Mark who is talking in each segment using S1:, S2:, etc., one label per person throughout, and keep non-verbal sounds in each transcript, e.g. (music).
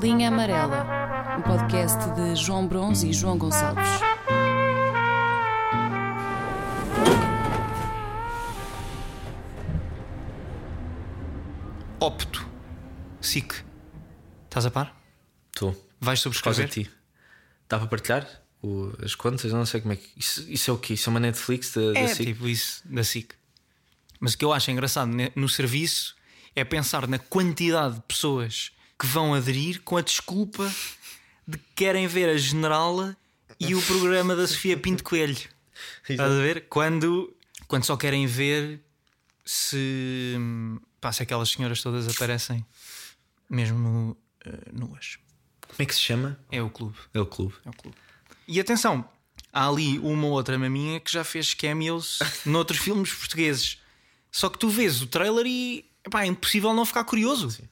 S1: Linha Amarela, um podcast de João Bronze e João Gonçalves.
S2: Opto. SIC. Estás a par?
S3: Estou.
S2: Vais
S3: Por causa de
S2: subscrever?
S3: ti. Dá para partilhar o- as contas? Eu não sei como é que. Isso, isso é o quê? Isso é uma Netflix da, da
S2: É
S3: SIC?
S2: tipo isso, da SIC. Mas o que eu acho engraçado ne- no serviço é pensar na quantidade de pessoas que vão aderir com a desculpa de que querem ver a Generala e o programa da Sofia Pinto Coelho. Estás a ver? Quando, quando só querem ver se, pá, se aquelas senhoras todas aparecem mesmo eh, nuas.
S3: Como é que se chama?
S2: É o clube.
S3: É o clube.
S2: É o clube. E atenção, há ali uma ou outra maminha que já fez
S3: (laughs)
S2: cameos noutros filmes portugueses. Só que tu vês o trailer e epá, é impossível não ficar curioso.
S3: Eu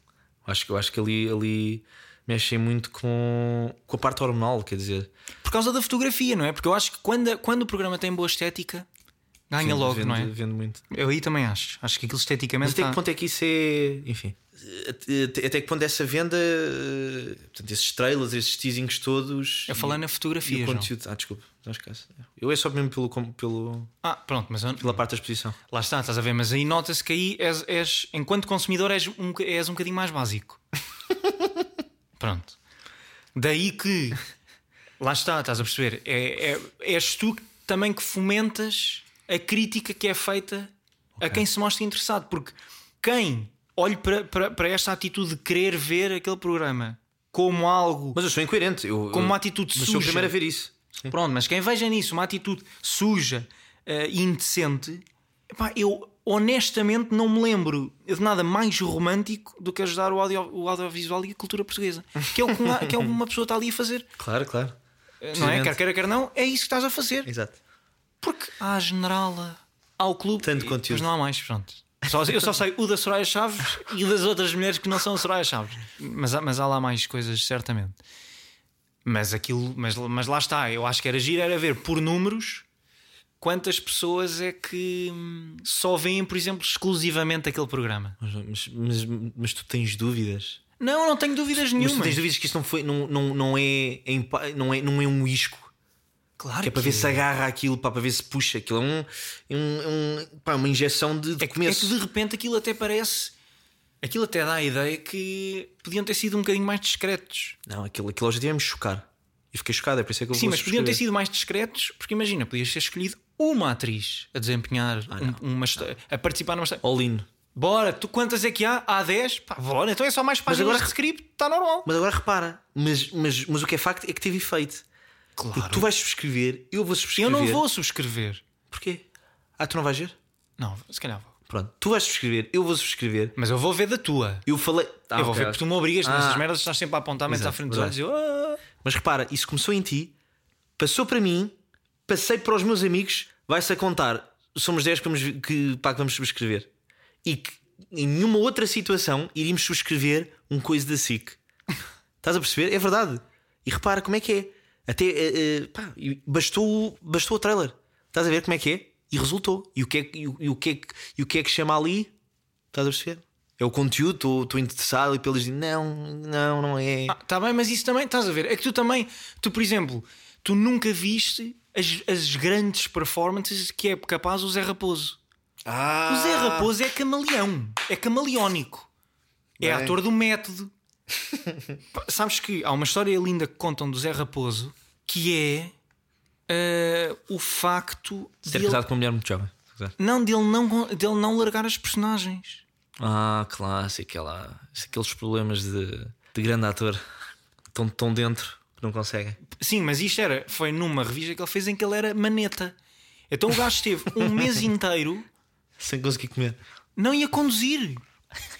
S3: Acho, que- eu acho que ali, ali mexem muito com, com a parte hormonal, quer dizer.
S2: Por causa da fotografia, não é? Porque eu acho que quando, a- quando o programa tem boa estética, ganha
S3: Vende-
S2: logo,
S3: vende,
S2: não é?
S3: Vende muito.
S2: Eu aí também acho. Acho que aquilo
S3: Mas
S2: esteticamente.
S3: até
S2: Tá...
S3: que ponto é que isso é. Enfim. Até, até que ponto essa venda. eh, Portanto, esses trailers, esses teasings todos.
S2: Eu falei na
S3: e
S2: fotografia.
S3: o
S2: João.
S3: conteúdo. Ah, desculpa, não esquece. Eu é só mesmo pelo, com- pelo,
S2: Ah, pronto, mas eu-
S3: pela parte da exposição.
S2: lá está, estás a ver. Mas aí nota-se que aí és, és- enquanto consumidor, és um, boca- és um bocadinho mais básico. pronto. Daí que. Lá está, estás a perceber. É, é- és tu que- também que fomentas a crítica que é feita a quem se mostra interessado. Porque quem olha para, para, para esta atitude de querer ver aquele programa como algo.
S3: Mas eu sou incoerente. Eu,
S2: Como
S3: eu-
S2: uma atitude
S3: mas sou o
S2: suja.
S3: primeiro a ver isso.
S2: Pronto, mas quem veja nisso uma atitude suja eh, e indecente, epá, eu honestamente não me lembro de nada mais romântico do que ajudar o, audio- o audiovisual e a cultura portuguesa. Que é o que uma, que é o que uma pessoa está ali a fazer.
S3: Claro, claro.
S2: Eh, Não é?
S3: Precisamente.
S2: Quer queira, quer não, é isso que estás a fazer.
S3: Exato.
S2: Porque ah, há a generala, há o clube, e
S3: Tanto
S2: depois
S3: conteúdo.
S2: não há mais. Pronto. Só- eu só sei o da Soraya Chaves e das outras mulheres que não são a Soraya Chaves. Mas, há- mas há lá mais coisas, certamente. Mas aquilo, mas, mas lá está, eu acho que era giro, era ver por números quantas pessoas é que hum, só veem, por exemplo, exclusivamente aquele programa.
S3: Mas, mas, mas, mas tu tens dúvidas.
S2: Não, não tenho dúvidas
S3: Mas tu
S2: nenhuma.
S3: tens dúvidas que isso não, foi, não, não, não, é, em pa- não, é, não é um isco.
S2: Claro
S3: Que é para ver se agarra aquilo, pá, para ver se puxa aquilo. É, um, é um, é um- pá, uma injeção de, de
S2: É que, é
S3: começo.
S2: que de repente aquilo até parece. Aquilo até dá a ideia que podiam ter sido um bocadinho mais discretos.
S3: Não, aquilo, aquilo hoje em dia me chocar. E fiquei chocado, é por isso é que eu
S2: Sim,
S3: vou
S2: mas podiam ter
S3: subscrever.
S2: sido mais discretos, porque imagina, podias ter escolhido uma atriz a desempenhar
S3: Ah,
S2: um- uma história, a participar numa história.
S3: All in.
S2: Bora, tu quantas é que há? Há 10? Pá, bora, então é só mais páginas
S3: agora-
S2: de script, está normal.
S3: Mas agora repara, mas, mas, mas o que é facto é que teve efeito. Porque tu vais subscrever, eu vou
S2: eu
S3: subscrever.
S2: não vou subscrever.
S3: Porquê? Ah, tu não vais ver?
S2: Não, se calhar vou.
S3: Pronto, tu vais subscrever, eu vou subscrever.
S2: Mas eu vou ver da tua.
S3: Eu falei. Ah,
S2: eu vou ver,
S3: ok,
S2: porque tu
S3: ok.
S2: me obrigas nessas
S3: Ah.
S2: merdas, estás sempre a apontar mas à
S3: Exato,
S2: frente dos olhos e eu. "Ah".
S3: Mas repara, isso começou em ti, passou para mim, passei para os meus amigos, vai-se a contar. Somos 10 que vamos, que, pá, que vamos subscrever. E que em nenhuma outra situação iríamos subscrever um coisa da SIC. Estás a perceber? É verdade. E repara como é que é. Até eh, eh, pá, e bastou, o- bastou o trailer. Estás a ver como é que é? E resultou. E o que é, que- e o, e o que, é que, e o que é que chama ali? Estás a perceber? É o conteúdo, estou- estou interessado e pelos dizem, não, não, não é.
S2: Ah, tá bem, mas isso também, estás a ver? É que tu também, tu, por exemplo, tu nunca viste as, as grandes performances que é capaz o Zé Raposo.
S3: Ah,
S2: O Zé Raposo é camaleão, é camaleónico, é
S3: Bem.
S2: ator do
S3: (laughs)
S2: método. Pá, Sabes que há uma história linda que contam do Zé Raposo que é eh, o facto
S3: Ser
S2: de ele,
S3: casado com uma mulher muito jovem. se quiser.
S2: não, dele não dele não largar as personagens.
S3: Ah, claro, sei que é lá. sei Aqueles problemas de, de grande ator estão tão dentro que não conseguem.
S2: Sim, mas isto era, foi numa revista que ele fez em que ele era maneta. Então o gajo esteve
S3: (laughs)
S2: um mês inteiro
S3: Sem conseguir comer.
S2: não ia conduzir.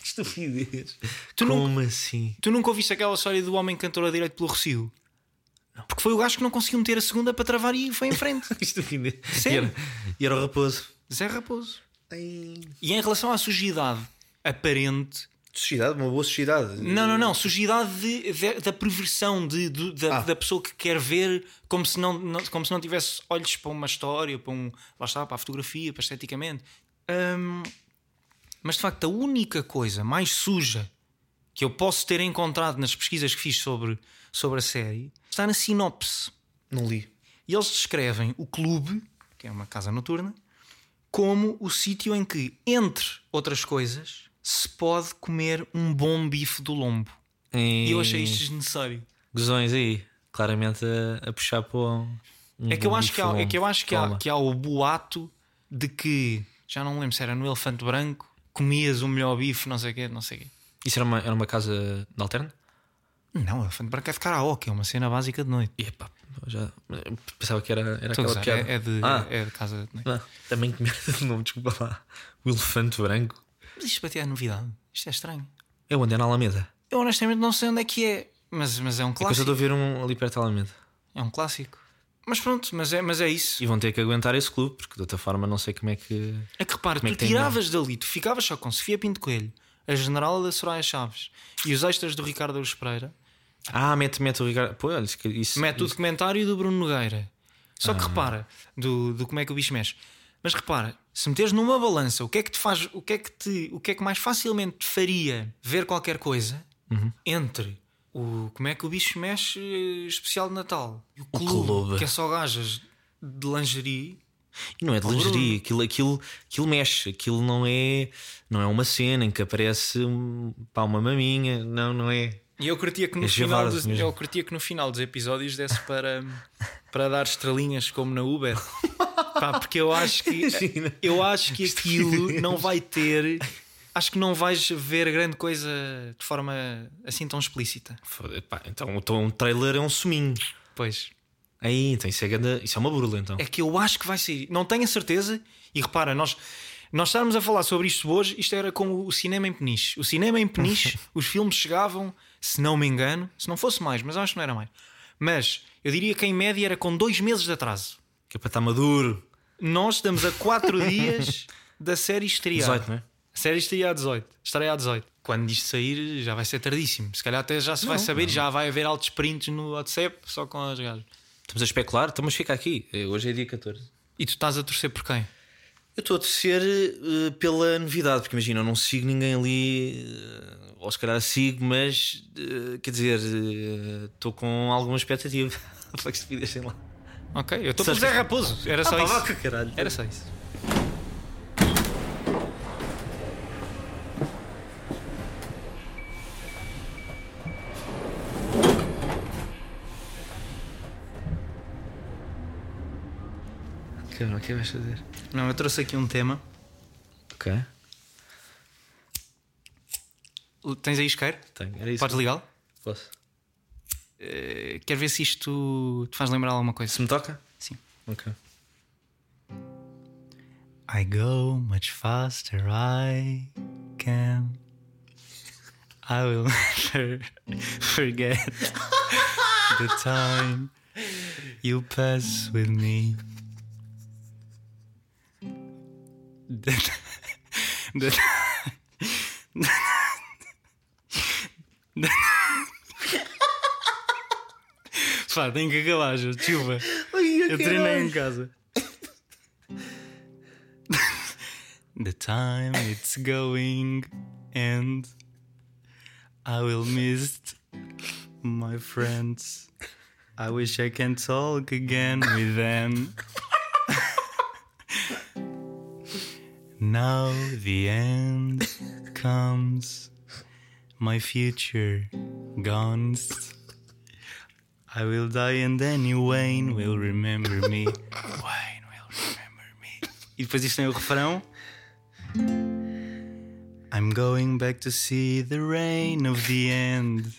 S3: Que estupidez.
S2: Tu (laughs)
S3: Como assim?
S2: Tu nunca ouviste aquela história do homem que cantou a direito pelo Recio? Porque foi o gajo que não conseguiu meter a segunda para travar e foi em frente. (laughs)
S3: Que estupidez. E
S2: Sério?
S3: era, e era o raposo.
S2: Zé Raposo.
S3: Ai.
S2: E em relação à sujidade aparente,
S3: Sociedade, uma boa sociedade.
S2: não, não, não, sujidade de- de- da perversão de, do- da,
S3: Ah.
S2: da pessoa que quer ver como se não, não- como se não tivesse olhos para uma história, para um, lá está, para a fotografia, para esteticamente. Hum, mas de facto, a única coisa mais suja que eu posso ter encontrado nas pesquisas que fiz sobre, sobre a série, está na sinopse.
S3: Não li.
S2: E eles descrevem o clube, que é uma casa noturna, como o sítio em que, entre outras coisas, se pode comer um bom bife do lombo. E eu achei isto desnecessário.
S3: Gozões aí, claramente a, a puxar para um
S2: É que eu
S3: bom
S2: acho que há,
S3: bife
S2: é que eu
S3: bom.
S2: acho que há,
S3: Calma.
S2: que há o boato de que, já não me lembro se era no Elefante Branco, comias o melhor bife, não sei o quê, não sei o quê.
S3: Isso era uma, era uma casa de alterna?
S2: Não, Elefante Branco é de karaoke, é uma cena básica de noite.
S3: E epá, já pensava que era, era
S2: Estou a
S3: aquela
S2: gozar,
S3: piada.
S2: é, é de,
S3: Ah,
S2: é de casa de noite.
S3: ah, também (laughs) que merda de nome, desculpa lá. O elefante branco.
S2: Mas isto para ti é novidade. Isto é estranho.
S3: Eu andei na Alameda.
S2: Eu honestamente não sei onde é que é, mas, mas é um
S3: Depois eu
S2: clássico.
S3: estou a ver um ali perto da Alameda.
S2: É um clássico. Mas pronto, mas é, mas é isso.
S3: E vão ter que aguentar esse clube, porque de outra forma não sei como é que.
S2: É que repara,
S3: Como é
S2: tu
S3: que tem
S2: tiravas dali, tu ficavas só com Sofia Pinto Coelho, a general da Soraya Chaves e os extras do Ricardo Aros Pereira,
S3: Ah, mete, mete o Ricardo. Pô, olha, isso- isso. Ah.
S2: mete o documentário do Bruno Nogueira. Só que repara, do, do como é que o bicho mexe. Mas repara, se meteres numa balança, o que é que te faz, o que é que te, o que é que mais facilmente te faria ver qualquer coisa
S3: Uhum.
S2: entre o como é que o bicho mexe eh, especial de Natal e o clube,
S3: clube.
S2: que é só gajas de lingerie.
S3: E Não é de lingerie, aquilo, aquilo, aquilo mexe, aquilo não é, não é uma cena em que aparece hum, pá, uma maminha, não, não é.
S2: E eu curtia que no,
S3: É
S2: final
S3: javado
S2: dos,
S3: mesmo.
S2: eu curtia que no final dos episódios desse para, para dar estrelinhas como na
S3: (laughs)
S2: Uber. Pá, porque eu acho que
S3: Imagina. é
S2: eu acho que aquilo não vai ter. Acho que não vais ver grande coisa de forma assim tão explícita.
S3: Foda- pá, então, então um trailer é um suminho.
S2: Pois.
S3: Aí, então isso é, ganda- isso é uma burla então.
S2: É que eu acho que vai sair. Não tenho a certeza. E repara, nós, nós estarmos a falar sobre isto hoje, isto era como o cinema em Peniche. O cinema em
S3: (laughs)
S2: Peniche, os filmes chegavam, se não me engano, se não fosse mais, mas acho que não era mais. Mas eu diria que em média era com dois meses de atraso.
S3: Que é para estar maduro.
S2: Nós estamos a
S3: (laughs)
S2: quatro dias da série estrear.
S3: 18, não é?
S2: A série estreia a 18. Estreia a 18. Quando isto sair, já vai ser tardíssimo. Se calhar até já se vai saber, já vai haver altos prints no WhatsApp só com as gajas.
S3: Estamos a especular, então mas fica aqui. Eh, Hoje é dia 14.
S2: E tu estás a torcer por quem?
S3: Eu estou a torcer eh, pela novidade, porque imagina, eu não sigo ninguém ali, eh, ou se calhar sigo, mas eh, quer dizer, eh, estou com alguma expectativa. (laughs) Para que se me deixem lá.
S2: Ok, eu estou pelo
S3: Sabes
S2: Zé
S3: que-
S2: Raposo. Era É só
S3: Ah, pá,
S2: isso.
S3: vá que caralho.
S2: Era só isso.
S3: Cabrão, o que vais fazer?
S2: Não, eu trouxe aqui um tema.
S3: Ok,
S2: Tens aí isqueiro?
S3: tenho. Era isso.
S2: Podes ligá-lo?
S3: Posso.
S2: Eh, quero ver se isto te faz lembrar alguma coisa.
S3: Se me toca?
S2: Sim.
S3: Ok.
S2: I go much faster I can. I will (laughs) never forget the time you pass with me. The, (laughs) the, (laughs) Pá, tenho que acabar, já, desculpa. Eu treinei em casa. The time it's going and I will miss my friends. I wish I can talk again with them. now the end comes. My future gone. I will die and then you Wayne will remember me. Wayne will remember me. E depois isto tem o refrão. I'm going back to see the rain of the end.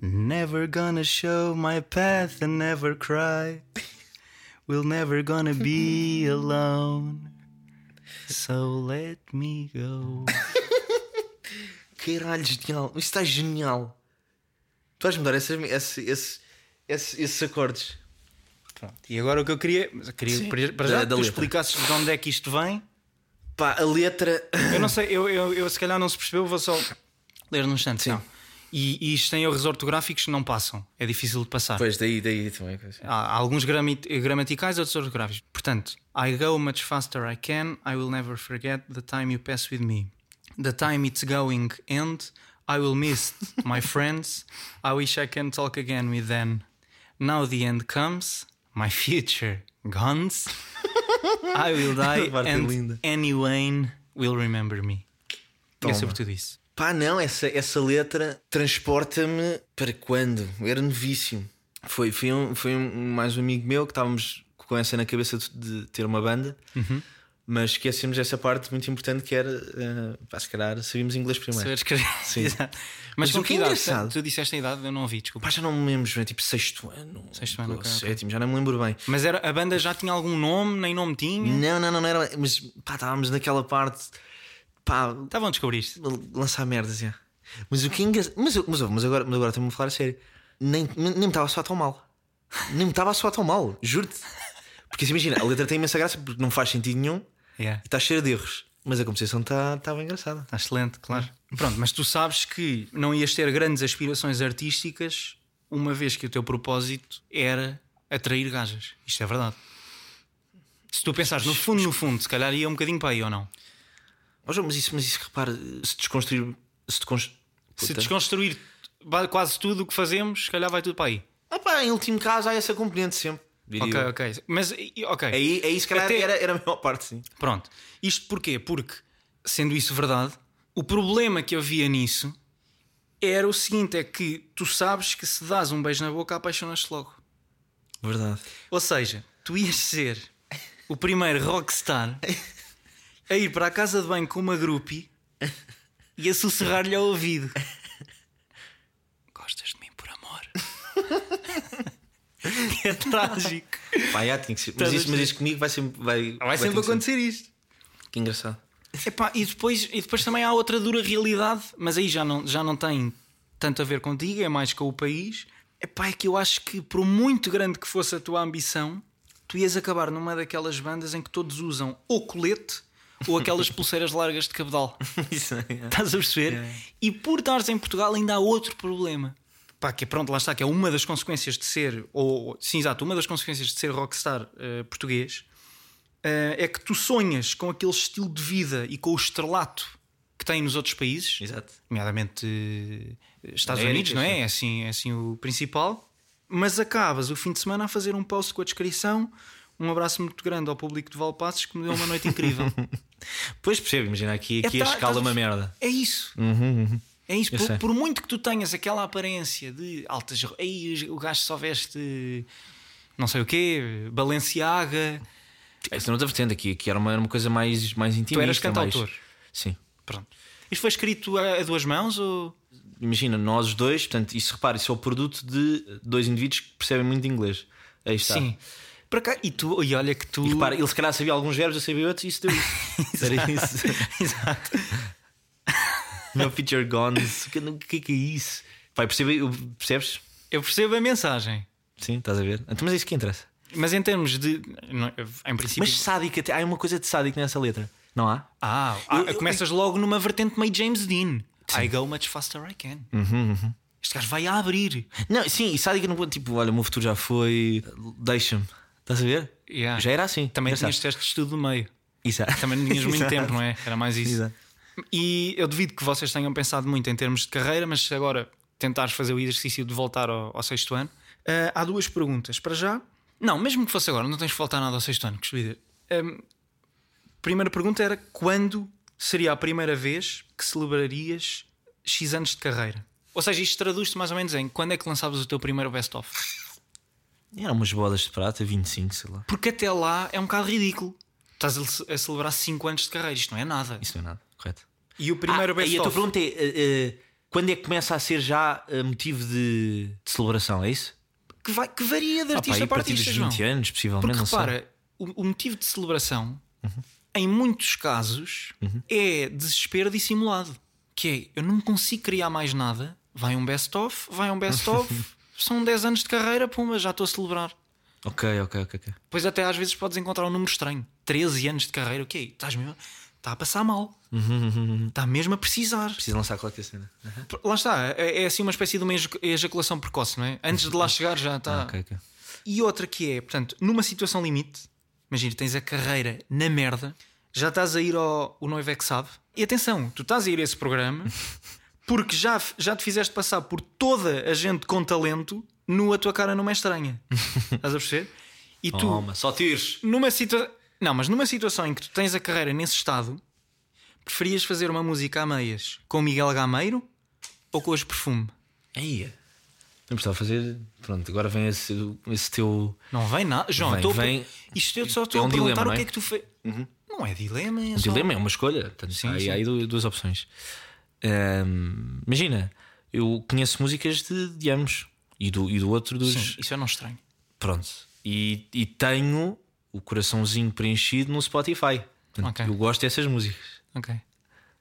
S2: never gonna show my path and never cry. We'll never gonna be alone. So let me go.
S3: Caralho, genial. Isto está genial. Tu vais mudar esse, esse, esse, esse- esses acordes.
S2: Pronto. E agora o que eu queria, mas eu queria
S3: Sim.
S2: para- para
S3: Da-
S2: já
S3: da
S2: que tu
S3: letra.
S2: explicasses de onde é que isto vem.
S3: Pá, a letra.
S2: Eu não sei, eu, eu, eu se calhar não se percebeu, vou só ler num instante. Não. E, e isto sem erros ortográficos não passam. É difícil de passar.
S4: Pois, daí, daí também. pois.
S2: Há há alguns grami- gramaticais, outros ortográficos. Portanto, I go much faster I can, I will never forget the time you pass with me. The time it's going and I will miss (laughs) my friends. I wish I can talk again with them. Now the end comes, my future guns. I
S3: (laughs)
S2: will die
S3: Parte
S2: and
S3: linda.
S2: anyone will remember me. E é
S4: Toma.
S2: sobre tudo isso.
S4: Pá, não, essa, essa letra transporta-me para quando? Eu era novíssimo.
S3: Foi, foi, um, foi um- mais um amigo meu que estávamos com essa na cabeça de, de ter uma banda,
S2: Uhum.
S3: mas esquecemos essa parte muito importante que era, eh, pá, se calhar, sabíamos inglês primeiro.
S2: Saber escrever.
S3: Sim.
S2: Exato. Mas,
S3: Mas
S2: com
S3: o
S2: que
S3: que é
S2: idade?
S3: engraçado-
S2: Tu disseste a idade, eu não ouvi, desculpa.
S3: Pá, já não me lembro, João, tipo sexto ano.
S2: Sexto ano,
S3: ou
S2: ok, ok.
S3: sétimo, já não me lembro bem.
S2: Mas era, a banda já tinha algum nome, nem nome tinha?
S3: Não, não, não, não era. Mas pá, estávamos naquela parte. Pá,
S2: Estavam a descobrir isto.
S3: lançar merdas, já. Mas o que é engraçado. Mas, eu- mas, ouve, mas agora, mas agora estamos a falar a sério. Nem, nem me estava a soar tão mal. Nem me estava a soar tão mal, juro-te. Porque assim, imagina, a letra tem imensa graça porque não faz sentido nenhum e
S2: Yeah.
S3: está cheia de erros. Mas a composição está tá bem engraçada.
S2: Está excelente, claro. Pronto, mas tu sabes que não ias ter grandes aspirações artísticas uma vez que o teu propósito era atrair gajas. Isto é verdade. Se tu pensares no fundo, no fundo, se calhar ia um bocadinho para aí ou não.
S3: Ó, João, mas isso, mas isso, repara, se desconstruir. Se desconstruir.
S2: Se desconstruir ba- quase tudo o que fazemos, se calhar vai tudo para aí.
S3: Ah, pá, em último caso, há essa componente sempre. diria
S2: Ok,
S3: eu. É
S2: ok. Mas, e- ok.
S3: Aí, aí se calhar
S2: Até-
S3: era, era a maior parte, sim.
S2: Pronto. Isto porquê? Porque, sendo isso verdade, o problema que havia nisso era o seguinte: é que tu sabes que se dás um beijo na boca, apaixonas-te logo.
S3: Verdade.
S2: Ou seja, tu ias ser o primeiro rockstar a ir para a casa de banho com uma groupie e a sussurrar-lhe ao ouvido: Gostas de mim por amor? é trágico.
S3: Pá, já, tinha que ser. Mas
S2: Todas
S3: isso, mas
S2: as-
S3: isso comigo vai sempre. Vai,
S2: Vai
S3: ter
S2: sempre
S3: que ser.
S2: acontecer isto.
S3: Que engraçado. (laughs)
S2: Epá, e, depois, e depois também há outra dura realidade, mas aí já não, já não tem tanto a ver contigo, é mais com o país. Epá, é que eu acho que, por muito grande que fosse a tua ambição, tu ias acabar numa daquelas bandas em que todos usam ou colete ou aquelas pulseiras largas de cabedal.
S3: Isso é.
S2: Estás a perceber? E por estares em Portugal ainda há outro problema. Pá, que é pronto, lá está, que é uma das consequências de ser, ou sim, exato, uma das consequências de ser rockstar eh, português eh, é que tu sonhas com aquele estilo de vida e com o estrelato que tem nos outros países,
S3: Exato.
S2: nomeadamente eh, Estados
S3: Américas,
S2: Unidos, não é? É assim, é assim o principal. Mas acabas o fim de semana a fazer um post com a descrição. Um abraço muito grande ao público de Valpassos que me deu uma noite incrível.
S3: Pois percebo, imagina aqui, aqui
S2: É,
S3: a
S2: tá-
S3: escala é
S2: tá-
S3: uma merda.
S2: É
S3: Uhum,
S2: isso. É isso. Por,
S3: sei.
S2: por muito que tu tenhas aquela aparência de altas. ro- Ei, o gajo só veste. Não sei o quê, Balenciaga.
S3: Isso É não estou vertendo aqui, aqui era uma, era uma coisa mais, mais intimista.
S2: eras
S3: mais-
S2: cantautor?
S3: Sim.
S2: Pronto. Isto foi escrito a, a duas mãos ou.
S3: Imagina, nós os dois, portanto, isso repara, isso é o produto de dois indivíduos que percebem muito inglês. Aí está.
S2: Sim. Para cá. E, tu, e olha que tu.
S3: Tá. E
S2: (laughs)
S3: repara, ele se calhar sabia alguns verbos, eu sabia outros, isso deu (laughs) isso. era isso.
S2: Exato.
S3: Meu feature gone. O que, o que é que é isso? Pai, percebe, percebes?
S2: Eu percebo a mensagem.
S3: Sim, estás a ver? Então, mas é isso que interessa.
S2: Mas em termos de. não, Em princípio.
S3: Mas sádico, até, há uma coisa de sádico nessa letra, não há?
S2: Ah, ah, começas logo numa vertente meio James Dean. I go much faster I can.
S3: Uhum,
S2: Este gajo vai a abrir.
S3: Não, sim, e sádico não pode, tipo, olha, o meu futuro já foi, deixa-me. Estás a ver?
S2: Yeah.
S3: Já era assim.
S2: Também
S3: Engraçado.
S2: tinhas teste de estudo do meio.
S3: Exato.
S2: Também não
S3: (laughs)
S2: tinhas muito
S3: Exato.
S2: tempo, não é? Era mais isso.
S3: Exato.
S2: E eu duvido que vocês tenham pensado muito em termos de carreira, mas se agora tentares fazer o exercício de voltar ao, ao sexto ano, ah, há duas perguntas. Para já, não, mesmo que fosse agora, não tens de voltar nada ao sexto ano, que subida. Ahm, primeira pergunta era quando seria a primeira vez que celebrarias X anos de carreira? Ou seja, isto traduz-te mais ou menos em quando é que lançavas o teu primeiro best-of?
S3: Eram umas bodas de prata, 25, sei lá.
S2: Porque até lá é um bocado ridículo. Estás a ce- a celebrar 5 anos de carreira, isto não é nada.
S3: Isso não é nada, correto?
S2: E o primeiro
S3: ah, E a tua
S2: best-of.
S3: pergunta é: eh, eh, quando é que começa a ser já eh, motivo de, de celebração? É isso?
S2: que, vai- que varia de
S3: Ah, pá,
S2: artista
S3: aí
S2: para
S3: a partir
S2: artista,
S3: dos
S2: João.
S3: 20 anos, possivelmente.
S2: Porque
S3: não sei. Uhum.
S2: repara, o, o motivo de celebração, em muitos casos, é desespero dissimulado. Que é, eu não consigo criar mais nada, vai um best-of, vai um best-of,
S3: (laughs)
S2: são 10 anos de carreira, puma, já estou a celebrar.
S3: Ok, ok, ok. ok.
S2: Pois até às vezes podes encontrar um número estranho. 13 anos de carreira, o que é? Estás mesmo? está a passar mal.
S3: Uhum.
S2: Está mesmo a precisar.
S3: Preciso lançar qualquer cena.
S2: Lá está, é, é assim uma espécie de uma ejac- ejaculação precoce, não é? Antes de lá chegar já está.
S3: Ah, Ok, ok.
S2: E outra que é, portanto, numa situação limite, imagina, tens a carreira na merda, já estás a ir ao O Noivo é que sabe. E atenção, tu estás a ir a esse programa porque já, f- já te fizeste passar por toda a gente com talento no A Tua Cara Não É Estranha. Estás a perceber? E tu,
S3: Toma, só tiros.
S2: numa situação. Não, mas numa situação em que tu tens a carreira nesse estado, preferias fazer uma música a meias com Miguel Gameiro ou com os perfume?
S3: Aí. Não precisava fazer. Pronto, agora vem esse, esse teu.
S2: Não vem nada. João,
S3: Vem,
S2: estou a per-
S3: vem-
S2: isto eu só estou
S3: é um
S2: a perguntar
S3: dilema,
S2: o
S3: não
S2: que
S3: é?
S2: é que tu fez. Não é dilema, é só-
S3: dilema é uma escolha. Portanto,
S2: Sim,
S3: há, aí-
S2: sim.
S3: há aí du- duas opções. Ahm, imagina, eu conheço músicas de, de ambos e do, e do outro dos.
S2: Sim, isso eu não estranho.
S3: Pronto. E, e tenho o coraçãozinho preenchido no Spotify. Portanto,
S2: Ok.
S3: Eu gosto dessas músicas.
S2: Ok.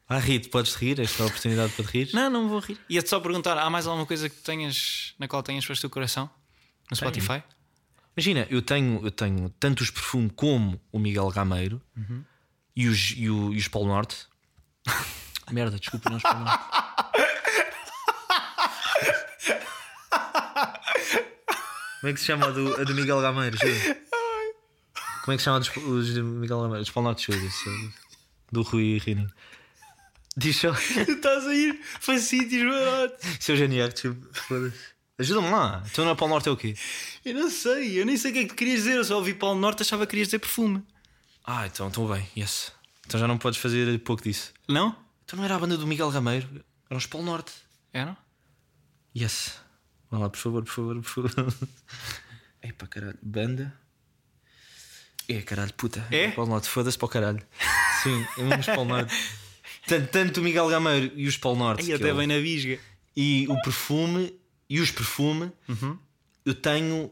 S3: Ah, rir, podes rir, esta é a oportunidade para te rir.
S2: Não, não vou rir. Ia-te só perguntar: há mais alguma coisa que tenhas na qual tenhas posto o coração? No Spotify?
S3: Imagina, eu tenho, eu tenho tanto os perfume como o Miguel Gameiro e, os, e, o- e os Paulo Norte. (laughs) Merda, desculpa, não os Paulo Norte. Como é que se chama a do, a do Miguel Gameiro? juro? Como é que se chama a dos, os do Miguel Gameiro? Os Paulo Norte, juro, isso é do Rui Rino. Diz só.
S2: Estás a ir para sítios
S3: (laughs) Seu Geniac, foda-se. Ajuda-me lá. Então não é Paulo Norte, é o quê?
S2: Eu não sei, eu nem sei o que é que tu querias dizer. Eu só ouvi Paulo Norte, achava que querias dizer perfume.
S3: Ah, então, então bem, yes. Então já não podes fazer pouco disso.
S2: Não?
S3: Então não era a banda do Miguel Rameiro, era os Polo Norte.
S2: É, não?
S3: Yes. Vá lá, por favor, por favor, por favor. (laughs) Epá, caralho, banda. É, caralho, puta.
S2: É?
S3: Polo Norte, foda-se para o caralho. Sim, amamos
S2: (laughs)
S3: Polo Norte. Tanto, tanto o Miguel Gameiro e os Polo Norte.
S2: Aí
S3: que
S2: até
S3: eu-
S2: bem na bisga.
S3: E o perfume, e os perfume,
S2: Uhum.
S3: eu tenho,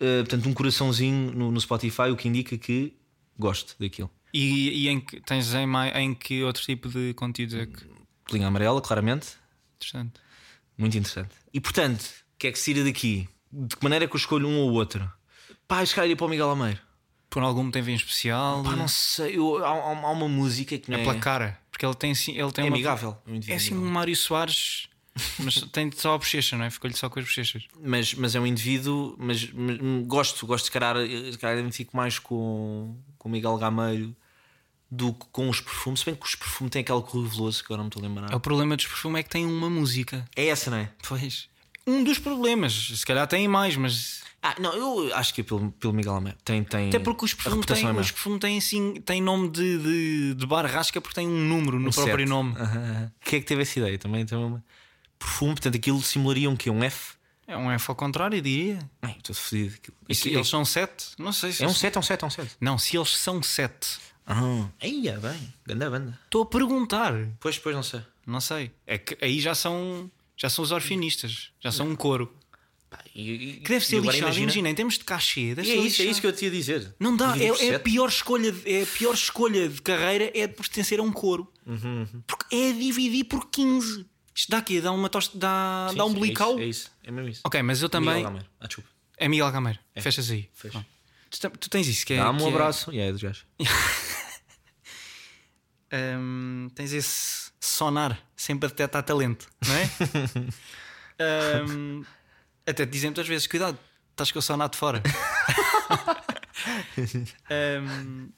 S3: eh, portanto, um coraçãozinho no, no Spotify, o que indica que gosto daquilo.
S2: E, e em que tens em, mai- em que outro tipo de conteúdo é que.
S3: Linha amarela, claramente.
S2: Interessante.
S3: Muito interessante. E portanto, o que é que se tira daqui? De que maneira é que eu escolho um ou outro? Pá, se calhar ia para o Miguel Almeida.
S2: Por algum motivo em especial?
S3: Pá, não sei, eu- há, há- há uma música que não é,
S2: pela cara. Porque ele tem assim. Ele tem
S3: é
S2: uma-
S3: amigável. Muito
S2: É assim um
S3: amigável.
S2: Mário Soares, mas (laughs) tem só a bochecha, não é? Ficou-lhe só com as bochechas.
S3: Mas, mas é um indivíduo, mas, mas- hum, gosto, gosto de calhar, eh, se calhar identifico mais com, com o Miguel Gameiro do que com os perfumes. Se bem que os perfumes têm aquele Rui Veloso que agora não me estou a lembrar.
S2: O problema dos perfumes é que tem uma música.
S3: É essa, não é?
S2: Pois. Um dos problemas. Se calhar tem mais, mas.
S3: Ah, não, eu acho que é pelo, pelo Miguel Almeida. Tem, tem
S2: Até porque os
S3: a
S2: perfumes têm,
S3: reputação é má.
S2: os perfumes têm, assim, têm nome de, de, de bar rasca porque tem um número no
S3: Um
S2: próprio
S3: sete.
S2: nome.
S3: Aham, aham. Quem é que teve essa ideia? Também, também uma- Perfume, portanto, aquilo simularia um quê? Um F?
S2: É um F ao contrário, diria.
S3: Ai, estou fodido. Aquilo-
S2: E se
S3: aquilo-
S2: eles são sete? Não sei se.
S3: É um
S2: eles-
S3: 7, é um 7, é um 7.
S2: Não, se eles são sete.
S3: Ah, aí é bem. Ganda banda.
S2: Estou a perguntar.
S3: Pois, pois, não sei.
S2: Não sei. É que aí já são. Já são os orfinistas. Já são um coro.
S3: Pá, e- e-
S2: Que deve
S3: e
S2: ser
S3: agora
S2: lixado. Imagina.
S3: imagina-
S2: em termos de cachê. Deve
S3: E é
S2: ser
S3: isso, é
S2: lixado.
S3: isso que eu te ia dizer.
S2: Não dá, é,
S3: Dividir por
S2: é a
S3: sete.
S2: pior escolha, de- é a pior escolha de carreira é de pertencer a um coro.
S3: Uhum,
S2: Porque é dividir por 15. Isto dá quê? Dá uma tosta, dá,
S3: Sim,
S2: dá um
S3: sim, é
S2: blical?
S3: isso, É isso, é mesmo isso.
S2: Ok, mas eu também.
S3: Miguel Gameiro. Ah, desculpa.
S2: é Miguel Gameiro. Fechas aí.
S3: Fecho.
S2: Tu, tam- tu tens isso que é.
S3: Dá-me
S2: que
S3: um
S2: é-
S3: abraço. E aí, dos gajos.
S2: Hum, tens esse sonar sempre a detectar talento, não é? Hum, até te dizem muitas vezes: cuidado, estás com o sonar de fora. Hum,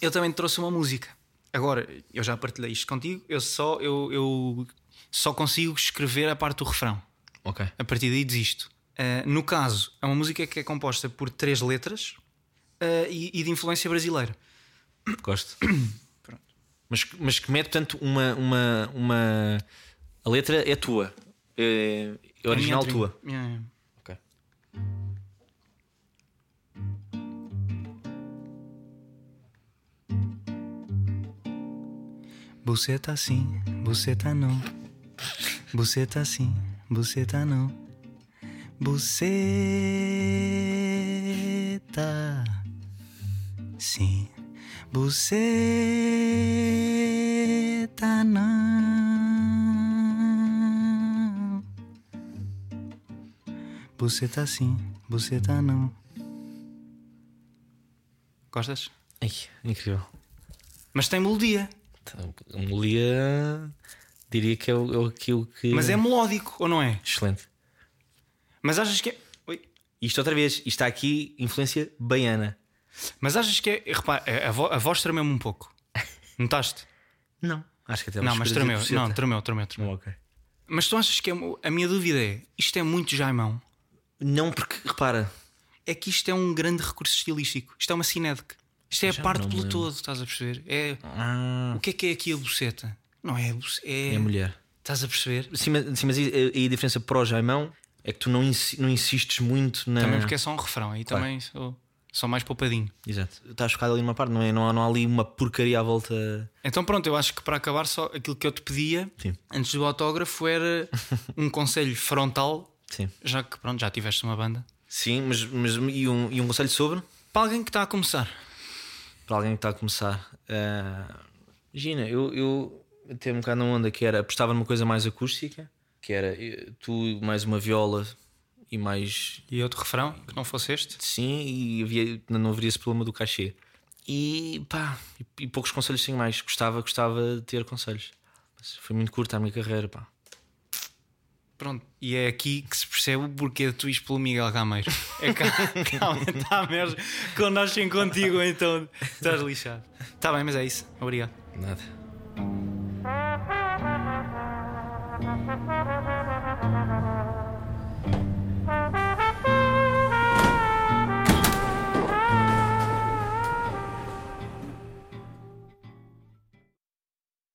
S2: eu também te trouxe uma música. Agora, eu já partilhei isto contigo, eu só, eu, eu só consigo escrever a parte do refrão.
S3: Ok.
S2: A partir daí desisto. Uh, no caso, é uma música que é composta por três letras uh, e- e de influência brasileira. (coughs)
S3: Gosto. Mas, mas que mete, portanto, uma, uma, uma. A letra é tua. É, é original
S2: minha
S3: tua.
S2: tri- Yeah, yeah.
S3: Ok.
S2: Você tá sim, você tá não. Você tá sim, você tá não. Você tá sim, você tá não. Você tá sim, você tá não. Gostas?
S3: Ai, incrível.
S2: Mas tem melodia.
S5: Então, A melodia diria que é o- é aquilo que.
S2: Mas é melódico, ou não é?
S5: Excelente.
S2: Mas achas que é. Oi.
S3: Isto outra vez, isto está aqui influência baiana.
S2: Mas achas que é. Repara, a, vo- a voz tremeu-me um pouco. Notaste?
S3: Não. Acho que até é
S2: não,
S3: vos
S2: mas
S3: perdi
S2: tremeu.
S3: por cento.
S2: Não, tremeu, tremeu, tremeu.
S5: Ok.
S2: Mas tu achas que é. mo- A minha dúvida é: isto é muito Jaimão?
S3: Não, porque repara,
S2: É que isto é um grande recurso estilístico. Isto é uma cinética. Isto é a parte
S5: não
S2: pelo
S5: me lembro.
S2: todo, estás a perceber? É,
S5: Ah,
S2: O que é que é aqui a buceta? Não é a buceta. É,
S5: é mulher.
S2: Estás a perceber?
S3: sim, mas, sim, mas aí aí a diferença para o Jaimão é que tu não, insi- não insistes muito na.
S2: Também porque é só um refrão. Aí também sou, sou mais poupadinho.
S3: Exato. Estás focado ali numa parte, não, é? não, há, não há ali uma porcaria à volta.
S2: Então pronto, eu acho que para acabar só aquilo que eu te pedia
S3: Sim.
S2: antes do autógrafo era um conselho frontal,
S3: Sim.
S2: já que pronto, já tiveste uma banda.
S3: Sim, mas, mas e, um, e um conselho sobre?
S2: Para alguém que está a começar.
S3: Para alguém que está a começar. ah, Gina, eu, eu até um bocado na onda que era apostava numa coisa mais acústica, que era eh, tu mais uma viola e mais
S2: E outro refrão, que não fosse este.
S3: Sim, e havia, não haveria esse problema do cachê. E pá, e, e poucos conselhos tenho mais. Gostava, gostava de ter conselhos. Mas foi muito curta a minha carreira, pá.
S2: Pronto, e é aqui que se percebe o porquê de tu ires pelo Miguel Gameiro. É cá, (laughs) cá está a merda. Quando nascem contigo, então estás lixado. Está bem, mas é isso. Obrigado.
S5: Nada.